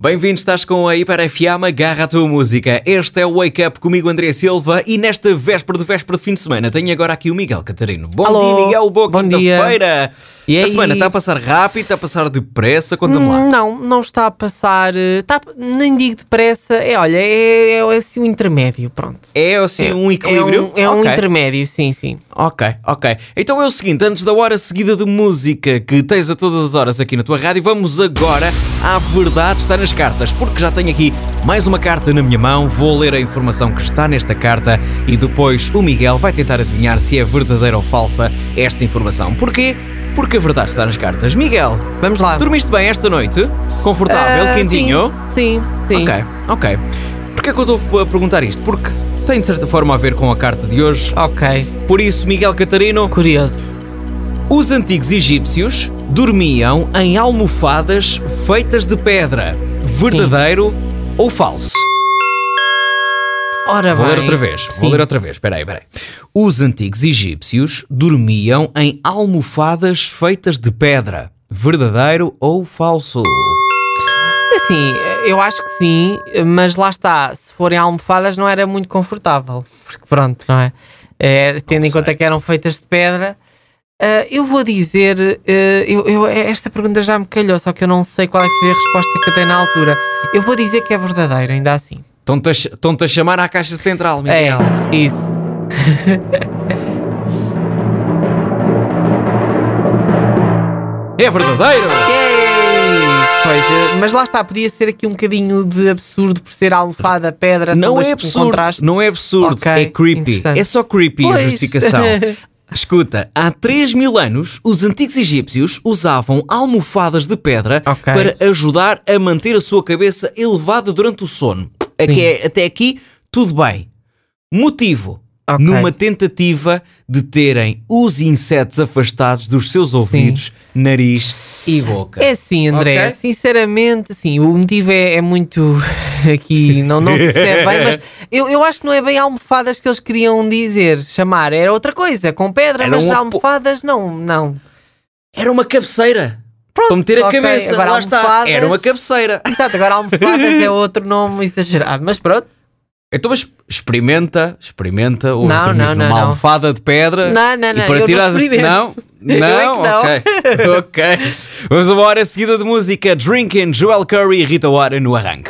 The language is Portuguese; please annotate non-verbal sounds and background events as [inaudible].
Bem-vindo, estás com a Hiper FM, agarra a tua música. Este é o Wake Up comigo, André Silva, e nesta véspera de véspera de fim de semana tenho agora aqui o Miguel Catarino. Bom Alô, dia, Miguel, boa bom dia. quinta-feira! A E aí? Hum. semana está a passar rápido, está a passar depressa, conta-me lá. Não, não está a passar. eh, Está, nem digo depressa. É, olha, é, é, assim um intermédio, pronto. É assim um equilíbrio? É um, é um Ok. intermédio, sim, sim. Ok, ok. Então é o seguinte, antes da hora seguida de música que tens a todas as horas aqui na tua rádio, vamos agora à verdade está nas cartas, porque já tenho aqui mais uma carta na minha mão, vou ler a informação que está nesta carta e depois o Miguel vai tentar adivinhar se é verdadeira ou falsa esta informação. Porquê? Porque a verdade está nas cartas. Miguel, Vamos lá. dormiste bem esta noite? Confortável, Ah, quentinho? Sim, sim. sim. Ok, ok. Porquê é que eu estou a perguntar isto? Porque tem de certa forma a ver com a carta de hoje. Ok, Por isso, Miguel Catarino, curioso. os antigos egípcios dormiam em almofadas feitas de pedra. Verdadeiro ou falso? Ora Vou Tá bem. ler outra vez. Sim. Vou ler outra vez. Espera aí, espera aí. Os antigos egípcios dormiam em almofadas feitas de pedra. Verdadeiro ou falso? Assim, eu acho que sim, mas lá está. Se forem almofadas, não era muito confortável. Porque pronto, não é? É, tendo em sei. conta que eram feitas de pedra. ah, eu vou dizer, ah, eu, eu- esta pergunta já me calhou, só que eu não sei qual é que foi a resposta que eu dei na altura. Eu vou dizer que é verdadeiro, ainda assim. Estão-te a, ch- estão-te a chamar à caixa central, É, Miguel. isso. É, verdadeiro! Yay! Pois, ah, mas lá está, podia ser aqui um bocadinho de absurdo por ser almofada, pedra, são Não dois é com absurdo, contraste. não é absurdo, Ok, é creepy. interessante. É só creepy a Pois. [laughs] justificação. Escuta, há 3 mil anos os antigos egípcios usavam almofadas de pedra Ok. para ajudar a manter a sua cabeça elevada durante o sono. Aqui- é, até aqui, tudo bem. Motivo: Ok. numa tentativa de terem os insetos afastados dos seus ouvidos, nariz e boca. É sim, André. Ok? Sinceramente, sim. O motivo é, é muito [laughs] aqui, não, não se percebe bem, mas eu, eu acho que não é bem almofadas que eles queriam dizer, chamar. Era outra coisa, com pedra, Era mas um apo- almofadas não, não. Era uma cabeceira. Pronto, para meter a ok, cabeça, agora lá está. almofadas- Era uma cabeceira. Exato, agora almofadas é outro nome exagerado, mas pronto. Então, mas experimenta, experimenta o Não, não, não, uma não. almofada de pedra. Não, não, E não, para eu não tirar experimento. não, [laughs] Eu é não, que [laughs] ok, ok. Vamos a uma hora seguida de música. Drinking, Joel Curry e Rita Ora no arranque.